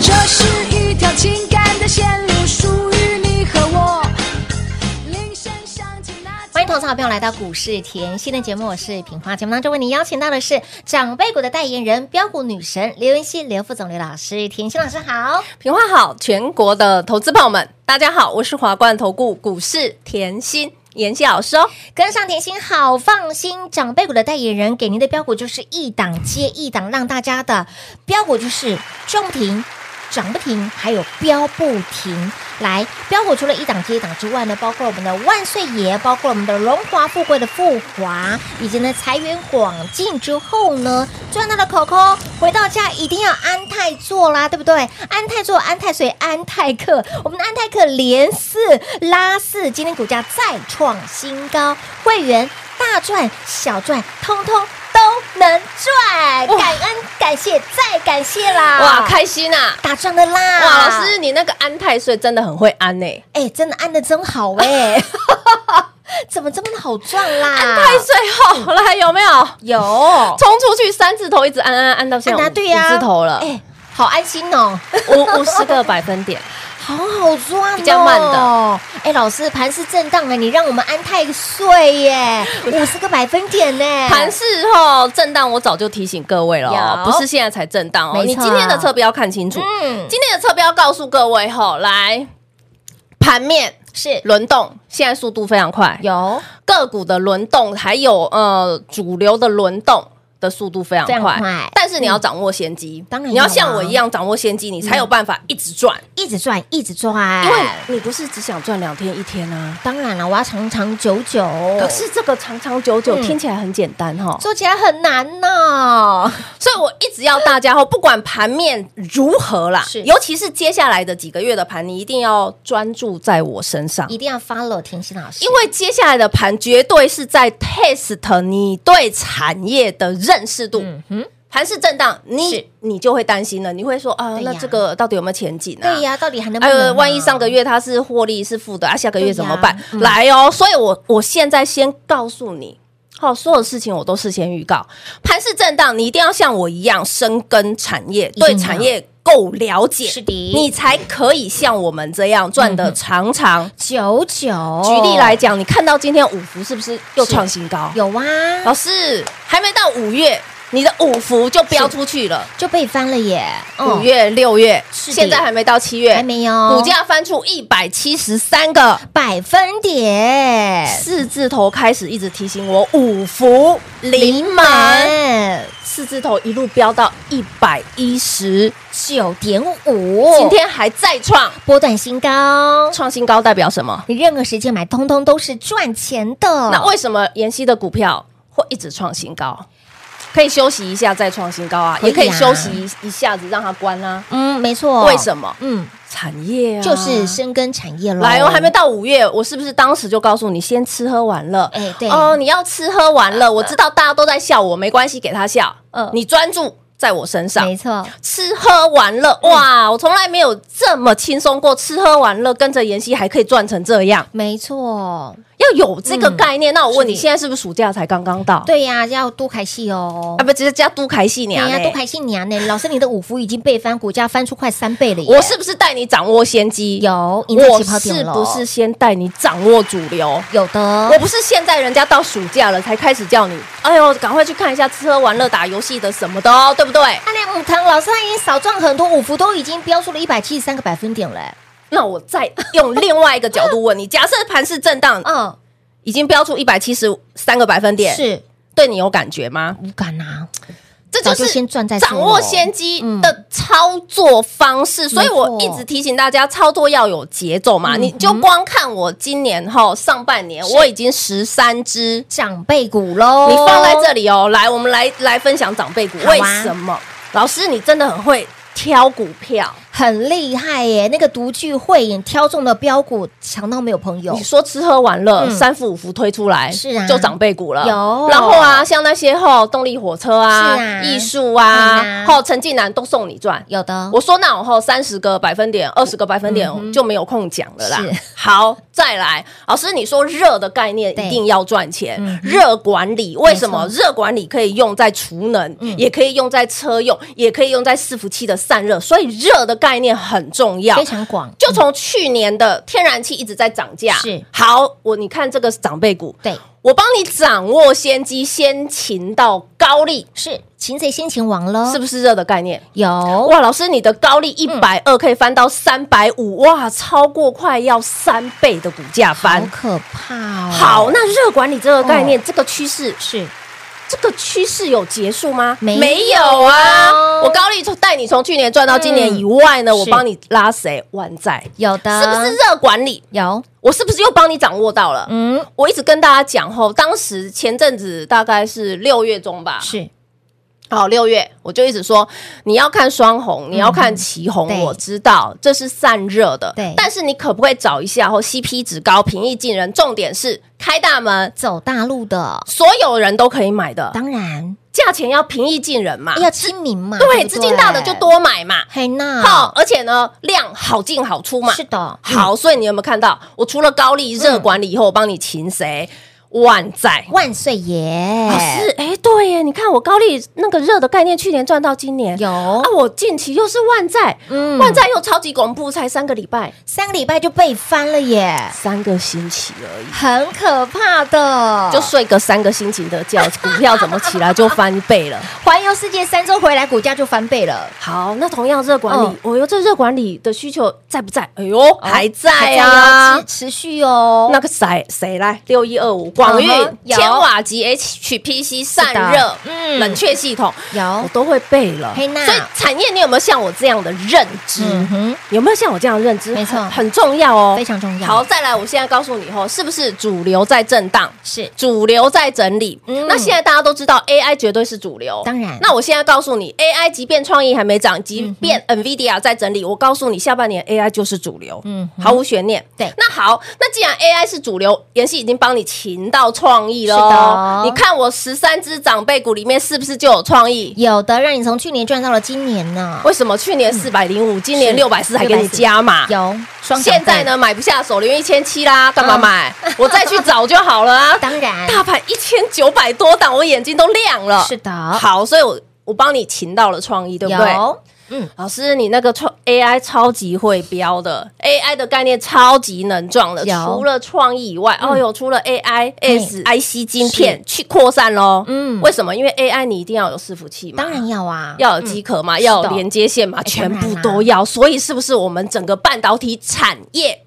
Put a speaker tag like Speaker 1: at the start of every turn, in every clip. Speaker 1: 这是一条情感的线路，属于你和我。铃声响起，那
Speaker 2: 欢迎投资好朋友来到股市甜心的节目，我是品花。节目当中为您邀请到的是长辈股的代言人标股女神刘云熙、刘副总、刘老师。甜心老师好，
Speaker 3: 平花好，全国的投资朋友们，大家好，我是华冠投顾股市甜心妍希老师哦。
Speaker 2: 跟上甜心好放心。长辈股的代言人给您的标股就是一档接一档，让大家的标股就是涨停。涨不停，还有标不停。来，标股除了一档接一档之外呢，包括我们的万岁爷，包括我们的荣华富贵的富华，以及呢财源广进之后呢，赚到的口口回到家一定要安泰做啦，对不对？安泰做、安泰水、安泰克，我们的安泰克连四拉四，今天股价再创新高，会员大赚小赚，通通。都能赚，
Speaker 3: 哇
Speaker 2: 感恩感谢再感谢啦！
Speaker 3: 哇，开心呐、
Speaker 2: 打仗的啦！
Speaker 3: 哇，老师，，你那个安太岁真的很会安呢、
Speaker 2: 哎、真的按的真好哎、 怎么这么好赚啦？
Speaker 3: 安太岁后来有没有
Speaker 2: 有，
Speaker 3: 冲出去三字头，一直安安安到现在
Speaker 2: 答
Speaker 3: 五
Speaker 2: 啊对呀、
Speaker 3: 五字头了
Speaker 2: 哎、，好安心哦，
Speaker 3: 五五十个百分 点。
Speaker 2: 好好赚哦。
Speaker 3: 比较慢的，
Speaker 2: 哎、老师，盘是震荡的，你让我们安太岁 耶，五十个百分点呢，
Speaker 3: 盘市后震荡，我早就提醒各位了哦，
Speaker 2: 有
Speaker 3: 不是现在才震荡哦。
Speaker 2: 没
Speaker 3: 你
Speaker 2: 错
Speaker 3: 今天的侧标看清楚，
Speaker 2: 嗯
Speaker 3: 今天的侧标告诉各位吼，来盘面
Speaker 2: 是
Speaker 3: 轮动，现在速度非常快，
Speaker 2: 有
Speaker 3: 个股的轮动，还有呃主流的轮动。的速度非常
Speaker 2: 非常
Speaker 3: 快，
Speaker 2: 快
Speaker 3: 但是你要掌握先机、
Speaker 2: 当然
Speaker 3: 你要
Speaker 2: 要啊
Speaker 3: 像我一样掌握先机，你才有办法一直赚、
Speaker 2: 一直赚，一直赚，
Speaker 3: 因为你不是只想赚两天一天啊。
Speaker 2: 当然了，我要长长久久，
Speaker 3: 可是这个长长久久、
Speaker 2: 嗯
Speaker 3: 听起来很简单哦哈、
Speaker 2: 做起来很难 呢、
Speaker 3: 所以我一直要大家哦，不管盘面如何啦
Speaker 2: 是，
Speaker 3: 尤其是接下来的几个月的盘，你一定要专注在我身上，
Speaker 2: 一定要 follow 甜心老师，
Speaker 3: 因为接下来的盘绝对是在 test 你对产业的认识度。盘是震荡，你你就会担心了，你会说啊
Speaker 2: 对，呀
Speaker 3: 那这个到底有没有前景啊？
Speaker 2: 对呀、到底还能不
Speaker 3: 哎
Speaker 2: 能啊、
Speaker 3: 呦，万一上个月它是获利是负的啊，下个月怎么办
Speaker 2: 对呀？嗯
Speaker 3: 来哦，所以我我现在先告诉你，好、所有事情我都事先预告，盘势震荡，你一定要像我一样深耕产业，
Speaker 2: 一定要
Speaker 3: 对产业够了解，
Speaker 2: 是的
Speaker 3: 你才可以像我们这样赚的长长。
Speaker 2: 九九，
Speaker 3: 举例来讲，你看到今天五福是不是又创新高？
Speaker 2: 有啊，
Speaker 3: 老师还没到五月，你的五福就飙出去了。
Speaker 2: 就被翻了耶，
Speaker 3: 五
Speaker 2: 嗯、
Speaker 3: 月、六月，
Speaker 2: 是的
Speaker 3: 现在还没到七月，
Speaker 2: 还没哦有
Speaker 3: 股价翻出一百七十三个
Speaker 2: 百分点
Speaker 3: 四字头，开始一直提醒我五福临门，
Speaker 2: 满
Speaker 3: 四字头一路飙到一百一十，
Speaker 2: 九点五，
Speaker 3: 今天还再创
Speaker 2: 波段新高，
Speaker 3: 创新高，代表什么？
Speaker 2: 你任何时间买，通通都是赚钱的。
Speaker 3: 那为什么妍希的股票会一直创新高？可以休息一下再创新高啊，
Speaker 2: 可以啊
Speaker 3: 也可以休息一一下子让它关啊。
Speaker 2: 嗯，没错，
Speaker 3: 为什么？
Speaker 2: 嗯，
Speaker 3: 产业啊，
Speaker 2: 就是深耕产业喽。
Speaker 3: 来哦，还没到五月，我是不是当时就告诉你先吃喝玩乐？
Speaker 2: 哎对嗯
Speaker 3: 哦，你要吃喝玩乐，我知道大家都在笑我，没关系，给他笑。嗯，你专注在我身上
Speaker 2: 没，错，嗯
Speaker 3: 吃喝玩乐，哇，我从来没有这么轻松过，吃喝玩乐跟着妍希还可以赚成这样，
Speaker 2: 没错，
Speaker 3: 要有这个概念。那我问
Speaker 2: 嗯
Speaker 3: 你，
Speaker 2: 是的
Speaker 3: 现在是不是暑假才刚刚到？
Speaker 2: 对呀，要多开戏哦
Speaker 3: 啊，。不，直接加都凯戏娘欸
Speaker 2: 呀，
Speaker 3: 嘞
Speaker 2: 多。开心娘呢！老师，你的五福已经被翻，股价翻出快三倍了耶。
Speaker 3: 我是不是带你掌握先机？
Speaker 2: 有赢在
Speaker 3: 我
Speaker 2: 起跑点
Speaker 3: 是
Speaker 2: 了啊
Speaker 3: 不是先带你掌握主流？
Speaker 2: 有的
Speaker 3: 我，不是现在人家到暑假了才开始叫你，哎呦，赶快去看一下吃喝玩乐、打游戏的什么的哦，对不对？
Speaker 2: 阿亮五堂老师他已经少赚很多，五福都已经标出了一百七十三个百分点了耶。
Speaker 3: 那我再用另外一个角度问 你，假设盘势震荡，
Speaker 2: 嗯，
Speaker 3: 已经标出一百七十三个百分点，
Speaker 2: 是
Speaker 3: 对你有感觉吗？
Speaker 2: 无感啊，
Speaker 3: 这
Speaker 2: 早
Speaker 3: 就是
Speaker 2: 就先赚在
Speaker 3: 掌握先机
Speaker 2: 嗯
Speaker 3: 的操作方式，所以我一直提醒大家，操作要有节奏
Speaker 2: 嗯
Speaker 3: 嘛。你就光看我今年后上半年，我已经十三只，
Speaker 2: 长辈股喽，
Speaker 3: 你放在这里哦。来，我们来来分享长辈股
Speaker 2: 好啊
Speaker 3: 为什么？老师，你真的很会挑股票。
Speaker 2: 很厉害耶！那个独具慧眼挑中的标股，强到没有朋友
Speaker 3: 你。说吃喝玩乐、
Speaker 2: 嗯
Speaker 3: 三伏五伏推出来，
Speaker 2: 是啊
Speaker 3: 就长辈股了。
Speaker 2: 有
Speaker 3: 然后啊，像那些后动力火车啊、
Speaker 2: 是啊
Speaker 3: 艺术
Speaker 2: 对
Speaker 3: 啊
Speaker 2: 啊，
Speaker 3: 后陈近南都送你赚。
Speaker 2: 有的，
Speaker 3: 我说那种后三十个百分点、二十个百分点就没有空讲了啦
Speaker 2: 嗯是。
Speaker 3: 好，再来，老师你说热的概念
Speaker 2: 对嗯
Speaker 3: 一定要赚钱，热管理为什么
Speaker 2: 没嗯
Speaker 3: 热管理可以用在储能，也可以用在车用，也可以用在伺服器的散热，所以热的概念很重要
Speaker 2: 非。常广，
Speaker 3: 就从去年的天然气一直在涨价，
Speaker 2: 是
Speaker 3: 好，我你看这个是长辈股，
Speaker 2: 对，
Speaker 3: 我帮你掌握先机，先擒到高利，
Speaker 2: 是擒贼先擒王喽，
Speaker 3: 是
Speaker 2: 是
Speaker 3: 不是热的概念？
Speaker 2: 有
Speaker 3: 哇，老师，你的高
Speaker 2: 嗯
Speaker 3: 利一百二可以翻到三百五，哇，超过快要三倍的股价
Speaker 2: 好
Speaker 3: 翻。
Speaker 2: 可怕哦！
Speaker 3: 好，那热管理这个概念，这个趋势，
Speaker 2: 是
Speaker 3: 这个趋势有结束吗？
Speaker 2: 没有
Speaker 3: 有啊
Speaker 2: 哦！
Speaker 3: 我高利从带你从去年赚到今年
Speaker 2: 嗯
Speaker 3: 以外呢，我
Speaker 2: 是啊
Speaker 3: 帮你拉谁？万债，
Speaker 2: 有的，
Speaker 3: 是不是热管理？
Speaker 2: 有？
Speaker 3: 我是不是又帮你掌握到了？
Speaker 2: 嗯，
Speaker 3: 我一直跟大家讲吼，当时前阵子大概是六月中吧，
Speaker 2: 是
Speaker 3: 好，六月我就一直说，你要看双红，你要看旗
Speaker 2: 嗯
Speaker 3: 红，
Speaker 2: 对
Speaker 3: 我知道这是散热的，
Speaker 2: 对
Speaker 3: 但是你可不可以找一下，后 CP 值高，平易近人，重点是开大门，
Speaker 2: 走大路的，
Speaker 3: 所有人都可以买的，
Speaker 2: 当然
Speaker 3: 价钱要平易近人嘛，
Speaker 2: 要亲民嘛，
Speaker 3: 啊对，
Speaker 2: 不
Speaker 3: 资金大的就，多买嘛，
Speaker 2: 嘿那
Speaker 3: 好，而且呢量好进好出嘛，
Speaker 2: 嗯是嗯的，
Speaker 3: 好，所以你有没有看到，我除了高利热管理以后，我帮你擒谁？万载。
Speaker 2: 万岁爷，
Speaker 3: 老师，哎，对耶，你看我高利那个热的概念，去年赚到今年，
Speaker 2: 有
Speaker 3: 啊，我近期又是万债，
Speaker 2: 嗯
Speaker 3: 万债又超级恐怖，才三个礼拜，
Speaker 2: 三个礼拜就被翻了耶，
Speaker 3: 三个星期而已，
Speaker 2: 很可怕的，
Speaker 3: 就睡个三个星期的觉，股票怎么起来就翻倍了？
Speaker 2: 环游世界三周回来，股价就翻倍了。
Speaker 3: 好，那同样热管理
Speaker 2: 嗯，
Speaker 3: 我有这热管理的需求在不在？哎呦，还在
Speaker 2: 哦还在
Speaker 3: 啊
Speaker 2: 持。持续哦。
Speaker 3: 那个谁谁来？六一二五广运
Speaker 2: 嗯哼有
Speaker 3: 千瓦级 HPC 散
Speaker 2: 是
Speaker 3: 热
Speaker 2: 的，嗯
Speaker 3: 冷却系统，我
Speaker 2: 有，
Speaker 3: 都会背了。
Speaker 2: 嘿娜
Speaker 3: 所以产业你有没有像我这样的认知？
Speaker 2: 嗯哼，
Speaker 3: 有没有像我这样的认知？
Speaker 2: 没错
Speaker 3: 很很重要哦，
Speaker 2: 非常重要。
Speaker 3: 好，，再来，我现在告诉你后，是不是主流在震荡？
Speaker 2: 是
Speaker 3: 主流在整理，
Speaker 2: 嗯
Speaker 3: 那现在大家都知道 AI 绝对是主流，
Speaker 2: 当然嗯
Speaker 3: 那我现在告诉你，AI 即便创意还没涨，即便 NVIDIA 在整理，我告诉你，下半年 AI 就是主流，
Speaker 2: 嗯
Speaker 3: 嗯，毫无悬念。
Speaker 2: 对
Speaker 3: 那好，那既然 AI 是主流，妍希已经帮你擒到创意了
Speaker 2: 是的
Speaker 3: 哦。你看我十三只长辈股里面是不是就有创意？
Speaker 2: 有的让你从去年赚到了今年呢。
Speaker 3: 为什么去年四百零五，今年
Speaker 2: 是
Speaker 3: 六百四还给你
Speaker 2: 640
Speaker 3: 加码？
Speaker 2: 有双涨倍
Speaker 3: 现在？呢买不下手了，因为一千七啦，干嘛买？我再去找就好了啊。
Speaker 2: 当然，
Speaker 3: 大盘一千九百多档，我眼睛都亮了。
Speaker 2: 是的，
Speaker 3: 好，所以我我帮你擒到了创意，对不对？
Speaker 2: 有
Speaker 3: 老师，你那个创 AI 超级会标的，AI 的概念超级能撞的，
Speaker 2: 有
Speaker 3: 除了创意以外，哦哟，除了 AI、S、IC 晶片去扩散喽。
Speaker 2: 嗯
Speaker 3: 嗯，为什么？因为 AI 你一定要有伺服器嘛，
Speaker 2: 当然要啊，
Speaker 3: 要有机壳嘛，
Speaker 2: 是
Speaker 3: 要
Speaker 2: 的
Speaker 3: 有连接线嘛，全
Speaker 2: 当
Speaker 3: 部
Speaker 2: 然啊
Speaker 3: 都要。所以是不是我们整个半导体产业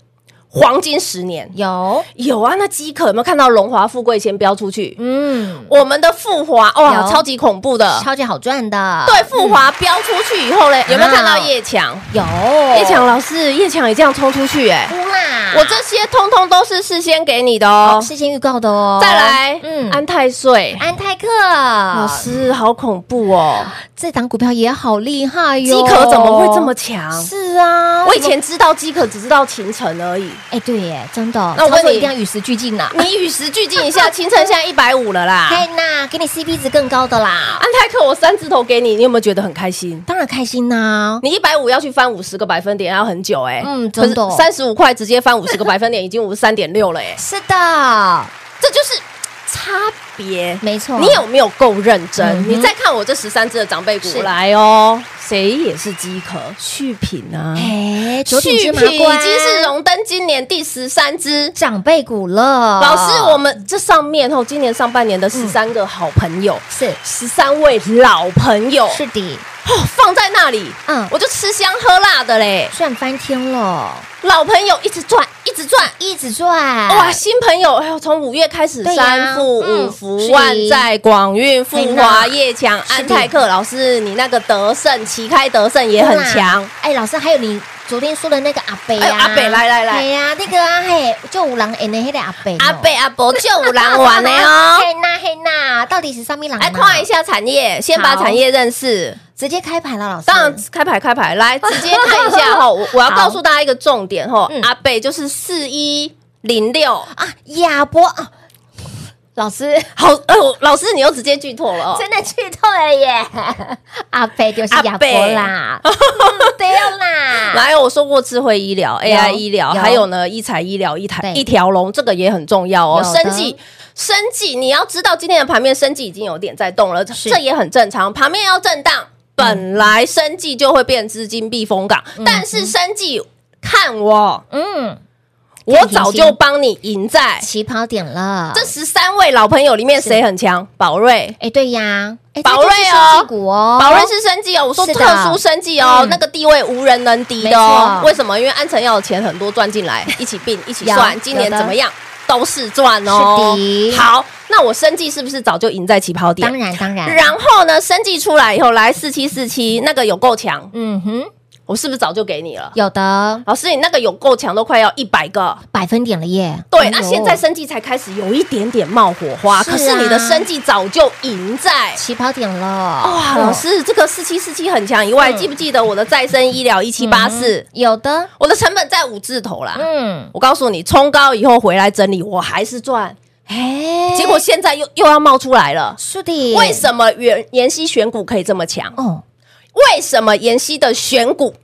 Speaker 3: 黄金十年？
Speaker 2: 有，
Speaker 3: 有啊，那机壳有没有看到龙华富贵先标出去？
Speaker 2: 嗯，
Speaker 3: 我们的富华哇，
Speaker 2: 有
Speaker 3: 超级恐怖的。
Speaker 2: 超级好赚的。
Speaker 3: 呃对，富华标出去以后嘞，有没有看到叶强？
Speaker 2: 有
Speaker 3: 嗯叶强老师，叶强也这样冲出去哎、
Speaker 2: 哭啦，
Speaker 3: 我这些通通都是事先给你的
Speaker 2: 好
Speaker 3: 哦。
Speaker 2: 事先预告的哦。
Speaker 3: 再来，
Speaker 2: 嗯，安
Speaker 3: 安泰税，
Speaker 2: 安泰克
Speaker 3: 老师好恐怖哦，
Speaker 2: 这档股票也好厉害
Speaker 3: 机
Speaker 2: 哟，
Speaker 3: 壳怎么会这么？强？
Speaker 2: 是啊，
Speaker 3: 我以前知道机壳，只知道秦城而已。
Speaker 2: 哎，对耶，真的，
Speaker 3: 那我问
Speaker 2: 操作
Speaker 3: 你
Speaker 2: 一定要与时俱进啦。
Speaker 3: 你与时俱进一 下，秦城现在一百五了 啦。
Speaker 2: 嘿那给你 CP 值更高的啦，
Speaker 3: 安泰克，我三字头给你，你有没有觉得很开心？
Speaker 2: 当然开心啦。
Speaker 3: 你一百五要去翻五十个百分点，要很久哎、
Speaker 2: 嗯真的
Speaker 3: 三十五块直接翻五十个百分点，已经五十三点六了哎、
Speaker 2: 是的，
Speaker 3: 这就是差别。
Speaker 2: 没错，
Speaker 3: 你有没有够认真？
Speaker 2: 嗯哼
Speaker 3: 你再看我这十三只的长辈
Speaker 2: 是
Speaker 3: 股来哦，谁也是饥渴续品啊，
Speaker 2: 哎，九品芝
Speaker 3: 续
Speaker 2: 麻
Speaker 3: 品
Speaker 2: 官
Speaker 3: 已经是荣登今年第十三只。
Speaker 2: 长辈股了。
Speaker 3: 老师，我们这上面哦，今年上半年的十三个好朋友，
Speaker 2: 是
Speaker 3: 十三位老朋友，
Speaker 2: 是的，
Speaker 3: 哦放在那里，
Speaker 2: 嗯
Speaker 3: 嗯，我就吃香喝辣的嘞，
Speaker 2: 赚翻天了，
Speaker 3: 老朋友一直赚，一直赚。
Speaker 2: 一直赚
Speaker 3: 哇，新朋友！哎呦，从五月开始，
Speaker 2: 对呀
Speaker 3: 三富、
Speaker 2: 嗯
Speaker 3: 五
Speaker 2: 是
Speaker 3: 福、万载、广运、富
Speaker 2: 对啦
Speaker 3: 华、叶强、
Speaker 2: 是
Speaker 3: 安
Speaker 2: 的
Speaker 3: 泰克老师，你那个德胜、旗开德胜也很强。。
Speaker 2: 哎，老师，还有你昨天说的那个阿北
Speaker 3: 哎
Speaker 2: 啊，
Speaker 3: 呦阿伯来来来
Speaker 2: 哎呀，那个啊嘿，就五郎演的那个阿北，
Speaker 3: 阿贝阿伯就有人 玩的哦。
Speaker 2: 嘿呐嘿呐，到底是上面郎？
Speaker 3: 来看一，下产业，先把
Speaker 2: 好
Speaker 3: 产业认识。
Speaker 2: 直接开盘了，老师。
Speaker 3: 当然，开牌开牌， 来直接看一下哈。我我要
Speaker 2: 好
Speaker 3: 告诉大家一个重点哈
Speaker 2: 嗯，
Speaker 3: 阿贝就是四一零六，
Speaker 2: 啊，亚博啊，老师
Speaker 3: 好，呃，老师你又直接剧透了哦。
Speaker 2: 真的去透了耶！ 阿北就是亚博啦，嗯 对哦 啦，
Speaker 3: 来，我说过智慧医疗、
Speaker 2: 有
Speaker 3: AI 医疗，
Speaker 2: 有
Speaker 3: 还有呢，医材医疗一台
Speaker 2: 对
Speaker 3: 一条龙，这个也很重要哦。
Speaker 2: 有的
Speaker 3: 生计，生计，你要知道今天的盘面生计已经有点在动了，
Speaker 2: 是嗯
Speaker 3: 这也很正常。盘面要震荡，本来生计就会变资金避风港，但是生计看我，
Speaker 2: 嗯，
Speaker 3: 我早就帮你赢在
Speaker 2: 起跑点了。
Speaker 3: 这十三位老朋友里面，谁很强？宝瑞。
Speaker 2: 哎，对呀，哎，
Speaker 3: 宝瑞哦
Speaker 2: 这就是生技股哦，
Speaker 3: 宝瑞是生计哦，我说
Speaker 2: 是的
Speaker 3: 特殊生计哦，
Speaker 2: 嗯
Speaker 3: 那个地位无人能敌的
Speaker 2: 没
Speaker 3: 哦。
Speaker 2: 错
Speaker 3: 为什么？因为安诚药的钱很多赚进来，一起并一 起
Speaker 2: 有
Speaker 3: 算，今年
Speaker 2: 有的
Speaker 3: 怎么样都是赚哦
Speaker 2: 是的。
Speaker 3: 好，那我生计是不是早就赢在起跑
Speaker 2: 当
Speaker 3: 点？
Speaker 2: 然当然，
Speaker 3: 然后呢，生计出来以后，来四七四七那个有够强，
Speaker 2: 嗯哼，
Speaker 3: 我是不是早就给你了？
Speaker 2: 有的
Speaker 3: 老师，你那个有够强都快要一百个，
Speaker 2: 百分点了耶。
Speaker 3: 对，
Speaker 2: 哎
Speaker 3: 那
Speaker 2: 呦
Speaker 3: 现在生计才开始有一点点冒火花，
Speaker 2: 是啊
Speaker 3: 可是你的生计早就赢在。
Speaker 2: 起跑点了，
Speaker 3: 哇，
Speaker 2: 哦
Speaker 3: 老师，这个四七四七很强以
Speaker 2: 嗯
Speaker 3: 外，记不记得我的再生医疗一七八四？
Speaker 2: 有的，
Speaker 3: 我的成本在五字头啦。
Speaker 2: 嗯，
Speaker 3: 我告诉你，冲高以后回来整理，我还是赚。
Speaker 2: 哎，
Speaker 3: 结果现在又又要冒出来了。
Speaker 2: 是的，
Speaker 3: 为什么原妍希选股可以这么强？
Speaker 2: 哦，
Speaker 3: 为什么妍希的选股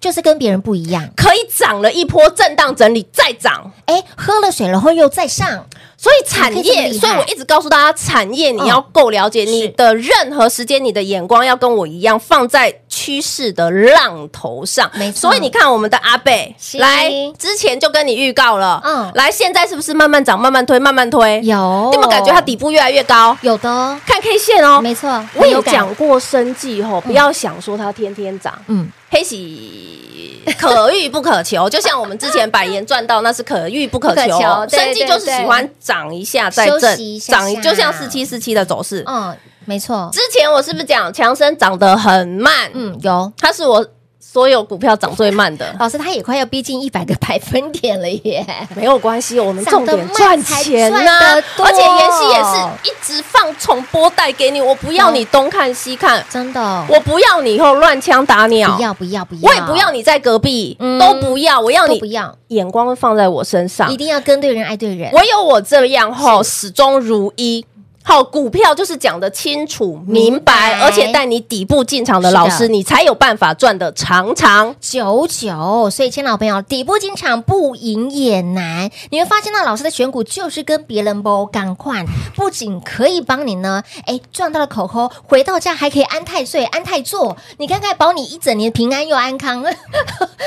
Speaker 2: 就是跟别人不一样。
Speaker 3: 可以涨了一波，震荡整理再涨？
Speaker 2: 哎，喝了水然后又再上，
Speaker 3: 所以产
Speaker 2: 你可以这么
Speaker 3: 业，
Speaker 2: 厉害
Speaker 3: 所以我一直告诉大家，产业
Speaker 2: 嗯
Speaker 3: 你要够了解，
Speaker 2: 是
Speaker 3: 你的任何时间，你的眼光要跟我一样放在趋势的浪头上。
Speaker 2: 没错
Speaker 3: 所以你看我们的阿贝
Speaker 2: 是
Speaker 3: 来之前就跟你预告了，
Speaker 2: 嗯
Speaker 3: 来现在是不是慢慢涨，慢慢推，慢慢推？
Speaker 2: 有
Speaker 3: 哎你有没有感觉它底部越来越高？
Speaker 2: 有的，
Speaker 3: 看 K 线哦，
Speaker 2: 没错，
Speaker 3: 我
Speaker 2: 很
Speaker 3: 有
Speaker 2: 感
Speaker 3: 讲，过生计吼，不要想说它天天涨，
Speaker 2: 嗯，
Speaker 3: 黑喜可遇不可求， 就像我们之前百元赚到，那是可遇不可
Speaker 2: 不
Speaker 3: 求哦
Speaker 2: 可求。对
Speaker 3: 生计就是喜欢涨一下再
Speaker 2: 休
Speaker 3: 震
Speaker 2: 息一，下
Speaker 3: 涨
Speaker 2: 下
Speaker 3: 就像四七四七的走势。
Speaker 2: 嗯，没错，
Speaker 3: 之前我是不是讲强生涨得很慢？
Speaker 2: 嗯，有。
Speaker 3: 它是我所有股票涨最慢的。
Speaker 2: 老师，他也快要逼近一百个百分点了耶！
Speaker 3: 没有关系，我们
Speaker 2: 涨
Speaker 3: 重
Speaker 2: 得
Speaker 3: 点赚钱
Speaker 2: 慢才
Speaker 3: 呐、
Speaker 2: 赚得多
Speaker 3: 而且妍希也是一直放重播带给你，我不要你东看西看，
Speaker 2: 真的，
Speaker 3: 我不要你以后乱枪打鸟，
Speaker 2: 不要不要不要，
Speaker 3: 我也不要你在隔壁，
Speaker 2: 嗯
Speaker 3: 都不要，我要
Speaker 2: 都
Speaker 3: 你
Speaker 2: 不要，
Speaker 3: 眼光放在我身上
Speaker 2: 一，定要跟对人爱对人。
Speaker 3: 我有我这样后始终如一。好，股票就是讲的清楚明白，
Speaker 2: 明白
Speaker 3: 而且带你底部进场的老
Speaker 2: 是的
Speaker 3: 师，你才有办法赚的长长。
Speaker 2: 九九，所以，亲老朋友，底部进场不赢也难。你会发现到老师的选股就是跟别人不赶快，不仅可以帮你呢，哎，赚到了口口，回到家还可以安太岁、安太座，你看看保你一整年平安又安康，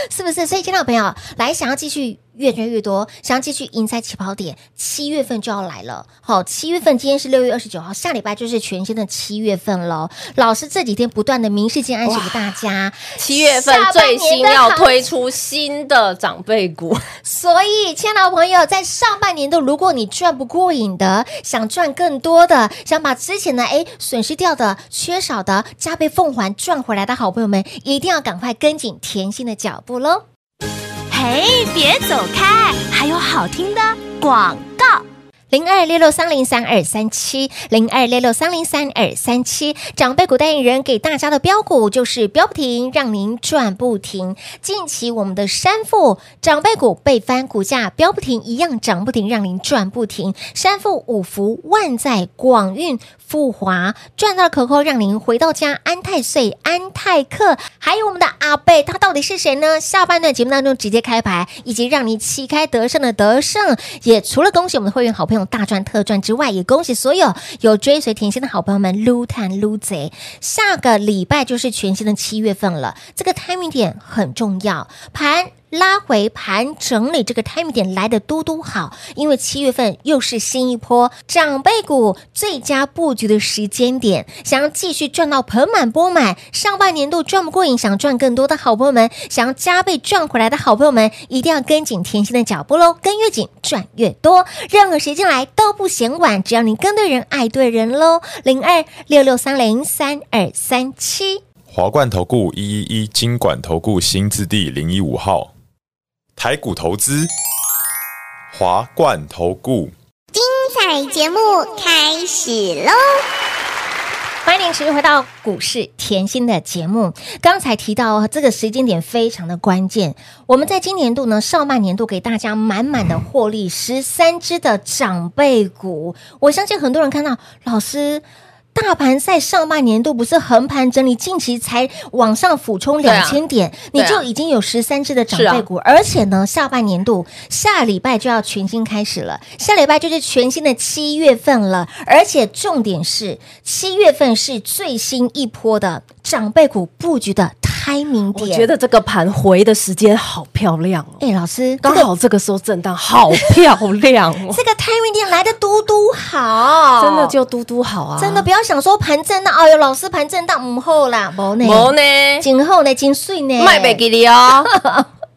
Speaker 2: 是不是？所以，亲老朋友，来想要继续。越赚越多，想要继续赢在起跑点，七月份就要来了。好，七月份今天是六月二十九号，下礼拜就是全新的七月份喽。老师这几天不断的明示间暗示给大家，
Speaker 3: 七月份
Speaker 2: 下半
Speaker 3: 最
Speaker 2: 年的
Speaker 3: 新要
Speaker 2: 行
Speaker 3: 推出新的长辈 股，
Speaker 2: 所以，亲爱的朋友，在上半年度，如果你赚不过瘾的，想赚更多的，想把之前的哎损失掉的、缺少的加倍奉还赚回来的好朋友们，一定要赶快跟紧甜心的脚步喽！
Speaker 4: 嘿，别走开，还有好听的广告。
Speaker 2: 零二六六三零三二三七，零二六六三零三二三七，长辈股代言人给大家的标股就是标不停，让您赚不停。近期我们的山富长辈股被翻，股价标不停，一样涨不停，让您赚不停。山富五福万载广运。富华赚到可扣，让您回到家安泰岁、安泰克，还有我们的阿贝，他到底是谁呢？下半段节目当中直接开牌，以及让你旗开得胜的得胜，也除了恭喜我们的会员好朋友大赚特赚之外，也恭喜所有有追随甜心的好朋友们撸探撸贼。下个礼拜就是全新的七月份了，这个 timing 点很重要，盘。拉回盘整理这个 time 点来的嘟嘟好，因为七月份又是新一波长辈股最佳布局的时间点，想要继续赚到盆满钵满，上半年度赚不过瘾，想赚更多的好朋友们，想要加倍赚回来的好朋友们，一定要跟紧甜心的脚步喽，跟越紧赚越多，任何时间来都不嫌晚，只要你跟对人，爱对人喽，零二六六三零三二三七。
Speaker 5: 华冠投顾一一一金管投顾新字第零一五号，台股投资，华冠投顾。
Speaker 6: 彩节目开始喽！
Speaker 2: 欢迎您持续回到股市甜心的节目。刚才提到哦这个时间点非常的关键，我们在今年度呢上半年度给大家满满的获利，十三只的长辈股。我相信很多人看到老师。大盘在上半年度不是横盘整理，近期才往上俯冲
Speaker 3: 对啊
Speaker 2: 两千点，
Speaker 3: 对
Speaker 2: 你
Speaker 3: 啊
Speaker 2: 就已经有十三只的长
Speaker 3: 是啊
Speaker 2: 辈股，而且呢，下半年度下礼拜就要全新开始了，下礼拜就是全新的七月份了，而且重点是七月份是最新一波的长辈股布局的 timing
Speaker 7: 我
Speaker 2: 点。
Speaker 7: 觉，得这个盘回的时间好漂亮哦，
Speaker 2: 哎、老师，
Speaker 7: 刚
Speaker 2: 这个
Speaker 7: 好这个时候震荡，好漂亮 哦，
Speaker 2: 这个 timing 点来的嘟嘟好，
Speaker 7: 真的就嘟嘟好啊，
Speaker 2: 哦真的不要想说盘震荡，哎呦，老师盘震荡唔后啦，冇呢，
Speaker 3: 没呢，
Speaker 2: 今后呢，金穗呢，
Speaker 3: 卖北给你 哦。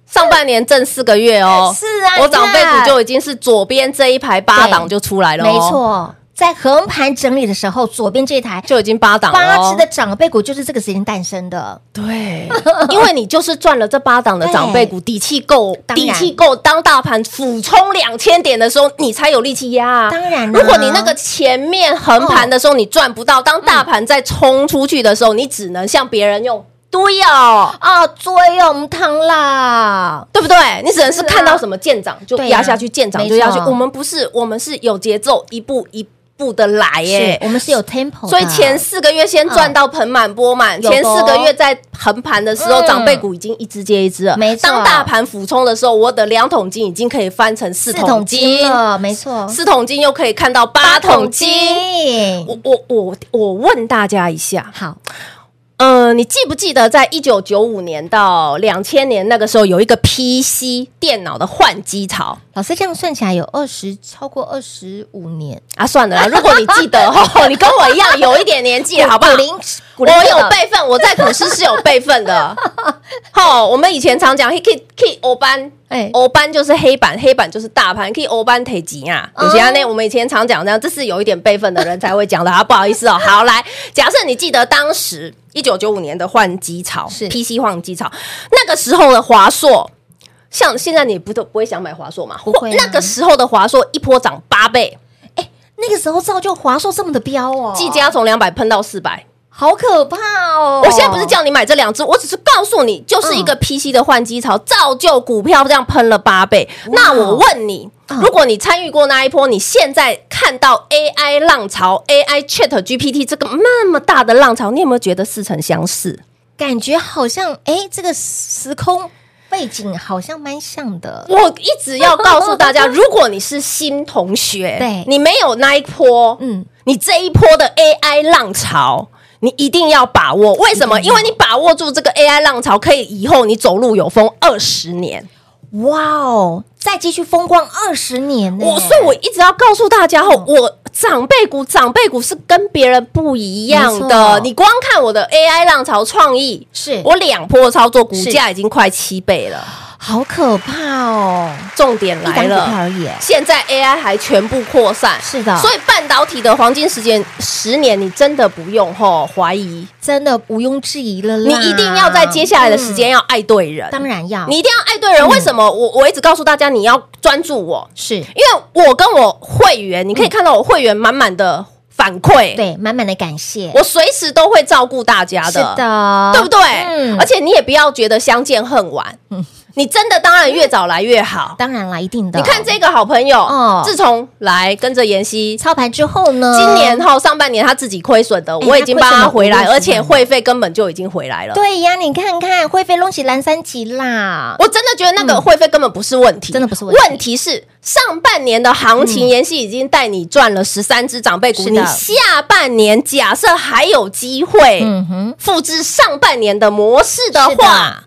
Speaker 3: 上半年挣四个月哦，
Speaker 2: 是啊
Speaker 3: 我长辈
Speaker 2: 是啊
Speaker 3: 股就已经是左边这一排八档就出来了、哦，
Speaker 2: 没，错，在横盘整理的时候，左边这一台
Speaker 3: 就已经八档了、
Speaker 2: 八
Speaker 3: 哦啊
Speaker 2: 只。的长辈股就是这个时间诞生的，
Speaker 7: 对，
Speaker 3: 因为你就是赚了这八档的长辈股，底气够，
Speaker 2: 当然
Speaker 3: 底气够。当大盘俯冲两千点的时候，你才有力气压、啊。
Speaker 2: 当然啦
Speaker 3: 如果你那个前面横盘的时候你赚不到，当大盘再冲出去的时候，你只能像别人用堆哦，
Speaker 2: 啊，作用汤啦，
Speaker 3: 对不对？你只能是啊看到什么见涨就
Speaker 2: 对啊
Speaker 3: 压下去，见涨就
Speaker 2: 没错
Speaker 3: 压下去。我们不是，我们是有节奏，一步一步的来耶
Speaker 2: 是。我们是有 tempo，的
Speaker 3: 所以前四个月先赚到盆满钵满，
Speaker 2: 嗯有的哦
Speaker 3: 前四个月在横盘的时候，
Speaker 2: 嗯
Speaker 3: 长辈股已经一只接一只了。
Speaker 2: 没错
Speaker 3: 当大盘俯冲的时候，我的两桶金已经可以翻成四
Speaker 2: 四
Speaker 3: 桶
Speaker 2: 桶
Speaker 3: 金，
Speaker 2: 金了，没错，
Speaker 3: 四桶金又可以看到八桶金。
Speaker 2: 金
Speaker 3: 我我我我问大家一下，
Speaker 2: 好，
Speaker 3: 呃，你记不记得在一九九五年到两千年那个时候有一个 PC 电脑的换机潮？
Speaker 2: 老师这样算起来有二十，超过二十五年，
Speaker 3: 啊，算了啦，如果你记 得哦，你跟我一样有一点年纪了，好不好？
Speaker 2: 古
Speaker 3: 我
Speaker 2: 灵
Speaker 3: 有备份，我在股市是有备份 的。好，我们以前常讲 “he k k 欧班”，
Speaker 2: 哎
Speaker 3: 欧班就是黑板，黑板就是大盘，“k 欧班提吉啊”。
Speaker 2: 哦
Speaker 3: 有些呢，我们以前常讲这样，这是有一点备份的人才会讲的啊，不好意思哦。好，来，假设你记得当时一九九五年的换机潮
Speaker 2: 是
Speaker 3: ，PC 换机潮，那个时候的华硕。像现在你不都不会想买华硕嘛？
Speaker 2: 不会啊
Speaker 3: 或那个时候的华硕一波涨八倍，
Speaker 2: 那个时候造就华硕这么的飙哦，
Speaker 3: 技嘉从两百喷到四百，
Speaker 2: 好可怕哦，嗯
Speaker 3: 我现在不是叫你买这两只，我只是告诉你，就是一个 PC 的换机潮，造就股票这样喷了八倍。那我问你，
Speaker 2: 嗯
Speaker 3: 如果你参与过那一波，你现在看到 AI 浪潮、AI Chat GPT 这个那么大的浪潮，你有没有觉得似曾相识？
Speaker 2: 感觉好像哎，这个时空背景好像蛮像的，
Speaker 3: 我一直要告诉 大家，如果你是新同学，
Speaker 2: 对
Speaker 3: 你没有那一波，
Speaker 2: 嗯
Speaker 3: 嗯，你这一波的 AI 浪潮。你一定要把握，为什么？因为你把握住这个 AI 浪潮，可以以后你走路有风二十年。
Speaker 2: 哇哦，再继续风光二十年呢，
Speaker 3: 我所以我一直要告诉大家哦，
Speaker 2: 嗯
Speaker 3: 我长辈股长辈股是跟别人不一样
Speaker 2: 没错
Speaker 3: 的。你光看我的 AI 浪潮创意，
Speaker 2: 是
Speaker 3: 我两波操作，股价已经快七倍了。
Speaker 2: 好可怕哦，
Speaker 3: 重点
Speaker 2: 一档
Speaker 3: 来
Speaker 2: 股票
Speaker 3: 了。
Speaker 2: 而已，
Speaker 3: 现在 AI 还全部扩散，
Speaker 2: 是的
Speaker 3: 所以半导体的黄金时间十年，你真的不用吼怀疑，
Speaker 2: 真的毋庸置疑了
Speaker 3: 你
Speaker 2: 啦，嗯
Speaker 3: 一定要在接下来的时间要爱对人，
Speaker 2: 当然嗯要，
Speaker 3: 你一定要爱对人。为什么？我我一直告诉大家，你要专注我，
Speaker 2: 是
Speaker 3: 因为我跟我会员，你可以看到我会员满满的反馈，
Speaker 2: 嗯对满满的感谢，
Speaker 3: 我随时都会照顾大家
Speaker 2: 是
Speaker 3: 的，
Speaker 2: 的，
Speaker 3: 对不对？
Speaker 2: 嗯
Speaker 3: 而且你也不要觉得相见恨晚，你真的当然越早来越好。
Speaker 2: 当然啦，一定的，
Speaker 3: 你看这个好朋友，
Speaker 2: 哦
Speaker 3: 自从来跟着妍希。
Speaker 2: 操盘之后呢，
Speaker 3: 今年后上半年他自己亏损的，
Speaker 2: 哎
Speaker 3: 我已经帮
Speaker 2: 他亏损
Speaker 3: 他
Speaker 2: 了50
Speaker 3: 回来，而且会费根本就已经回来了。
Speaker 2: 对呀，你看看会飞龙起蓝三级啦，
Speaker 3: 我真的觉得那个会费根本不是问
Speaker 2: 嗯
Speaker 3: 题，
Speaker 2: 真的不是问题
Speaker 3: 问题是上半年的行情，妍希已经带你赚了十三只长辈股，
Speaker 2: 是的
Speaker 3: 你下半年假设还有机会
Speaker 2: 嗯哼，
Speaker 3: 复制上半年的模式的
Speaker 2: 是
Speaker 3: 话
Speaker 2: 的，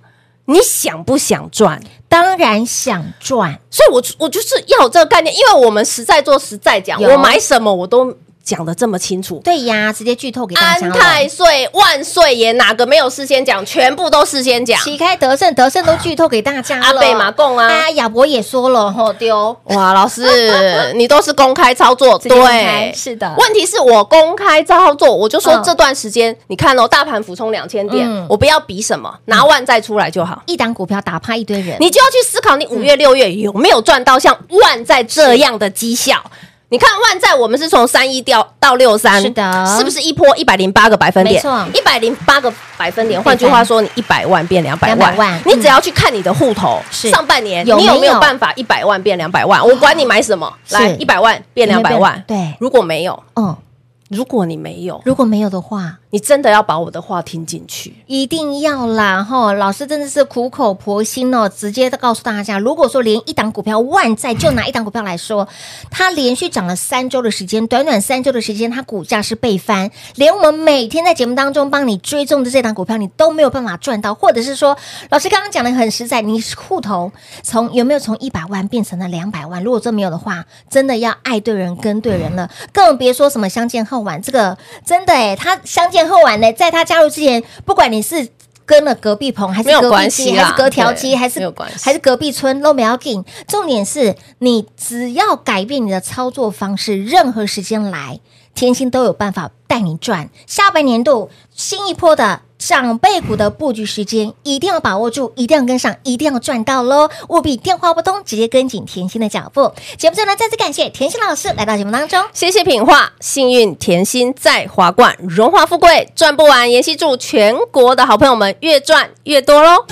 Speaker 3: 你想不想赚？
Speaker 2: 当然想赚，
Speaker 3: 所以我我就是要有这个概念，因为我们实在做实在讲，
Speaker 2: 有
Speaker 3: 我买什么我都讲的这么清楚。
Speaker 2: 对呀，直接剧透给大家
Speaker 3: 安
Speaker 2: 了。
Speaker 3: 泰岁、万岁爷哪个没有事先讲？全部都事先讲。
Speaker 2: 旗开得胜，得胜都剧透给大家了。
Speaker 3: 阿贝马贡啊
Speaker 2: 啊，亚博也说了，吼丢，
Speaker 3: 哇，老师，你都是公开操作，
Speaker 2: 直接公开
Speaker 3: 对，
Speaker 2: 是的
Speaker 3: 问题是我公开操作，我就说
Speaker 2: 嗯
Speaker 3: 这段时间，你看哦，大盘俯冲两千点
Speaker 2: 嗯，
Speaker 3: 我不要比什么，拿万再出来就好。
Speaker 2: 一档股票打趴一堆人，
Speaker 3: 你就要去思考，你五月、六月有没有赚到像万在这样的绩效？你看万在，我们是从三一掉到六三，
Speaker 2: 是的
Speaker 3: 是不是一波一百零八个百分点？
Speaker 2: 没错
Speaker 3: 一百零八个百分点。换句话说，你一百万变两百
Speaker 2: 200
Speaker 3: 万，
Speaker 2: 万嗯
Speaker 3: 你只要去看你的户头，
Speaker 2: 是
Speaker 3: 上半年
Speaker 2: 有
Speaker 3: 你有
Speaker 2: 没
Speaker 3: 没
Speaker 2: 有
Speaker 3: 有办法一百万变两百万？我管你买什么，来
Speaker 2: 是
Speaker 3: 一百万变两百万。
Speaker 2: 有没有变对
Speaker 3: 如果没有，
Speaker 2: 嗯，
Speaker 3: 如果你没有，
Speaker 2: 如果没有的话，
Speaker 3: 你真的要把我的话听进去。
Speaker 2: 一定要啦，吼，老师真的是苦口婆心哦，直接的告诉大家，如果说连一档股票万载，就拿一档股票来说，它连续涨了三周的时间，短短三周的时间，它股价是倍翻，连我们每天在节目当中帮你追踪的这档股票，你都没有办法赚到，或者是说，老师刚刚讲的很实在，你户头从有没有从一百万变成了两百万？如果这没有的话，真的要爱对人跟对人了，更别说什么相见恨晚，这个真的哎，他相见恨晚呢，在他加入之前，不管你是。跟了隔壁棚还是
Speaker 3: 没有
Speaker 2: 隔壁
Speaker 3: 关系
Speaker 2: 街，
Speaker 3: 啦
Speaker 2: 还是隔条街，
Speaker 3: 对
Speaker 2: 还是
Speaker 3: 没有关系
Speaker 2: 还是隔壁村都没要紧。重点是你只要改变你的操作方式，任何时间来，甜心都有办法带你赚。下半年度新一波的长辈股的布局时间，一定要把握住，一定要跟上，一定要赚到喽！务必电话不通，直接跟紧甜心的脚步。节目最后呢，再次感谢甜心老师来到节目当中。
Speaker 3: 谢谢品画，幸运甜心在华冠，荣华富贵赚不完。妍希祝全国的好朋友们越赚越多喽！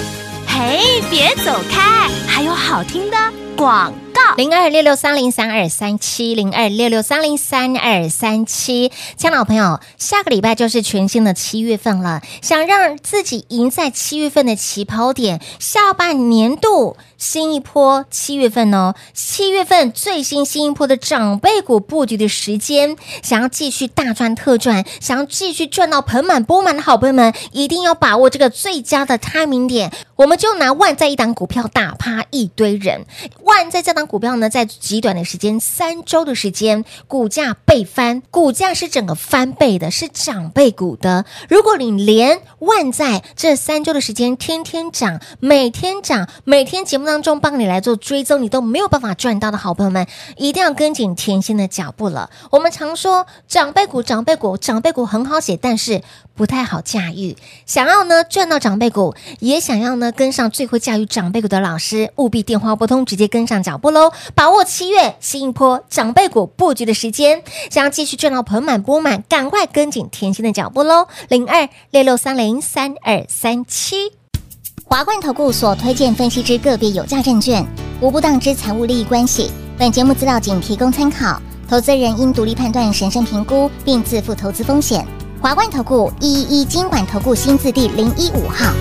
Speaker 4: 嘿，别走开，还有好听的广告。
Speaker 2: 零二六六三零三二三七零二六六三零三二三七。亲爱的好朋友，下个礼拜就是全新的七月份了，想让自己赢在七月份的起跑点，下半年度新一波七月份哦，七月份最新新一波的长辈股布局的时间，想要继续大赚特赚，想要继续赚到盆满钵满的好朋友们，一定要把握这个最佳的 timing 点。我们就拿万在一档股票打趴一堆人，万在这档股票呢，在极短的时间，三周的时间，股价倍翻，股价是整个翻倍的，是长辈股的。如果你连万在这三周的时间天天涨，每天涨，每天节目当中帮你来做追踪，你都没有办法赚到的好朋友们，一定要跟紧甜心的脚步了。我们常说长辈股，长辈股，长辈股很好写，但是不太好驾驭。想要呢赚到长辈股，也想要呢跟上最会驾驭长辈股的老师，务必电话拨通，直接跟上脚步喽！把握七月新一波长辈股布局的时间，想要继续赚到盆满钵满，赶快跟紧甜心的脚步喽！零二六六三零三二三七。
Speaker 6: 华冠投顾所推荐分析之个别有价证券，无不当之财务利益关系。本节目资料仅提供参考，投资人应独立判断、审慎评估，并自负投资风险。华冠投顾一一一金管投顾新字第零一五号。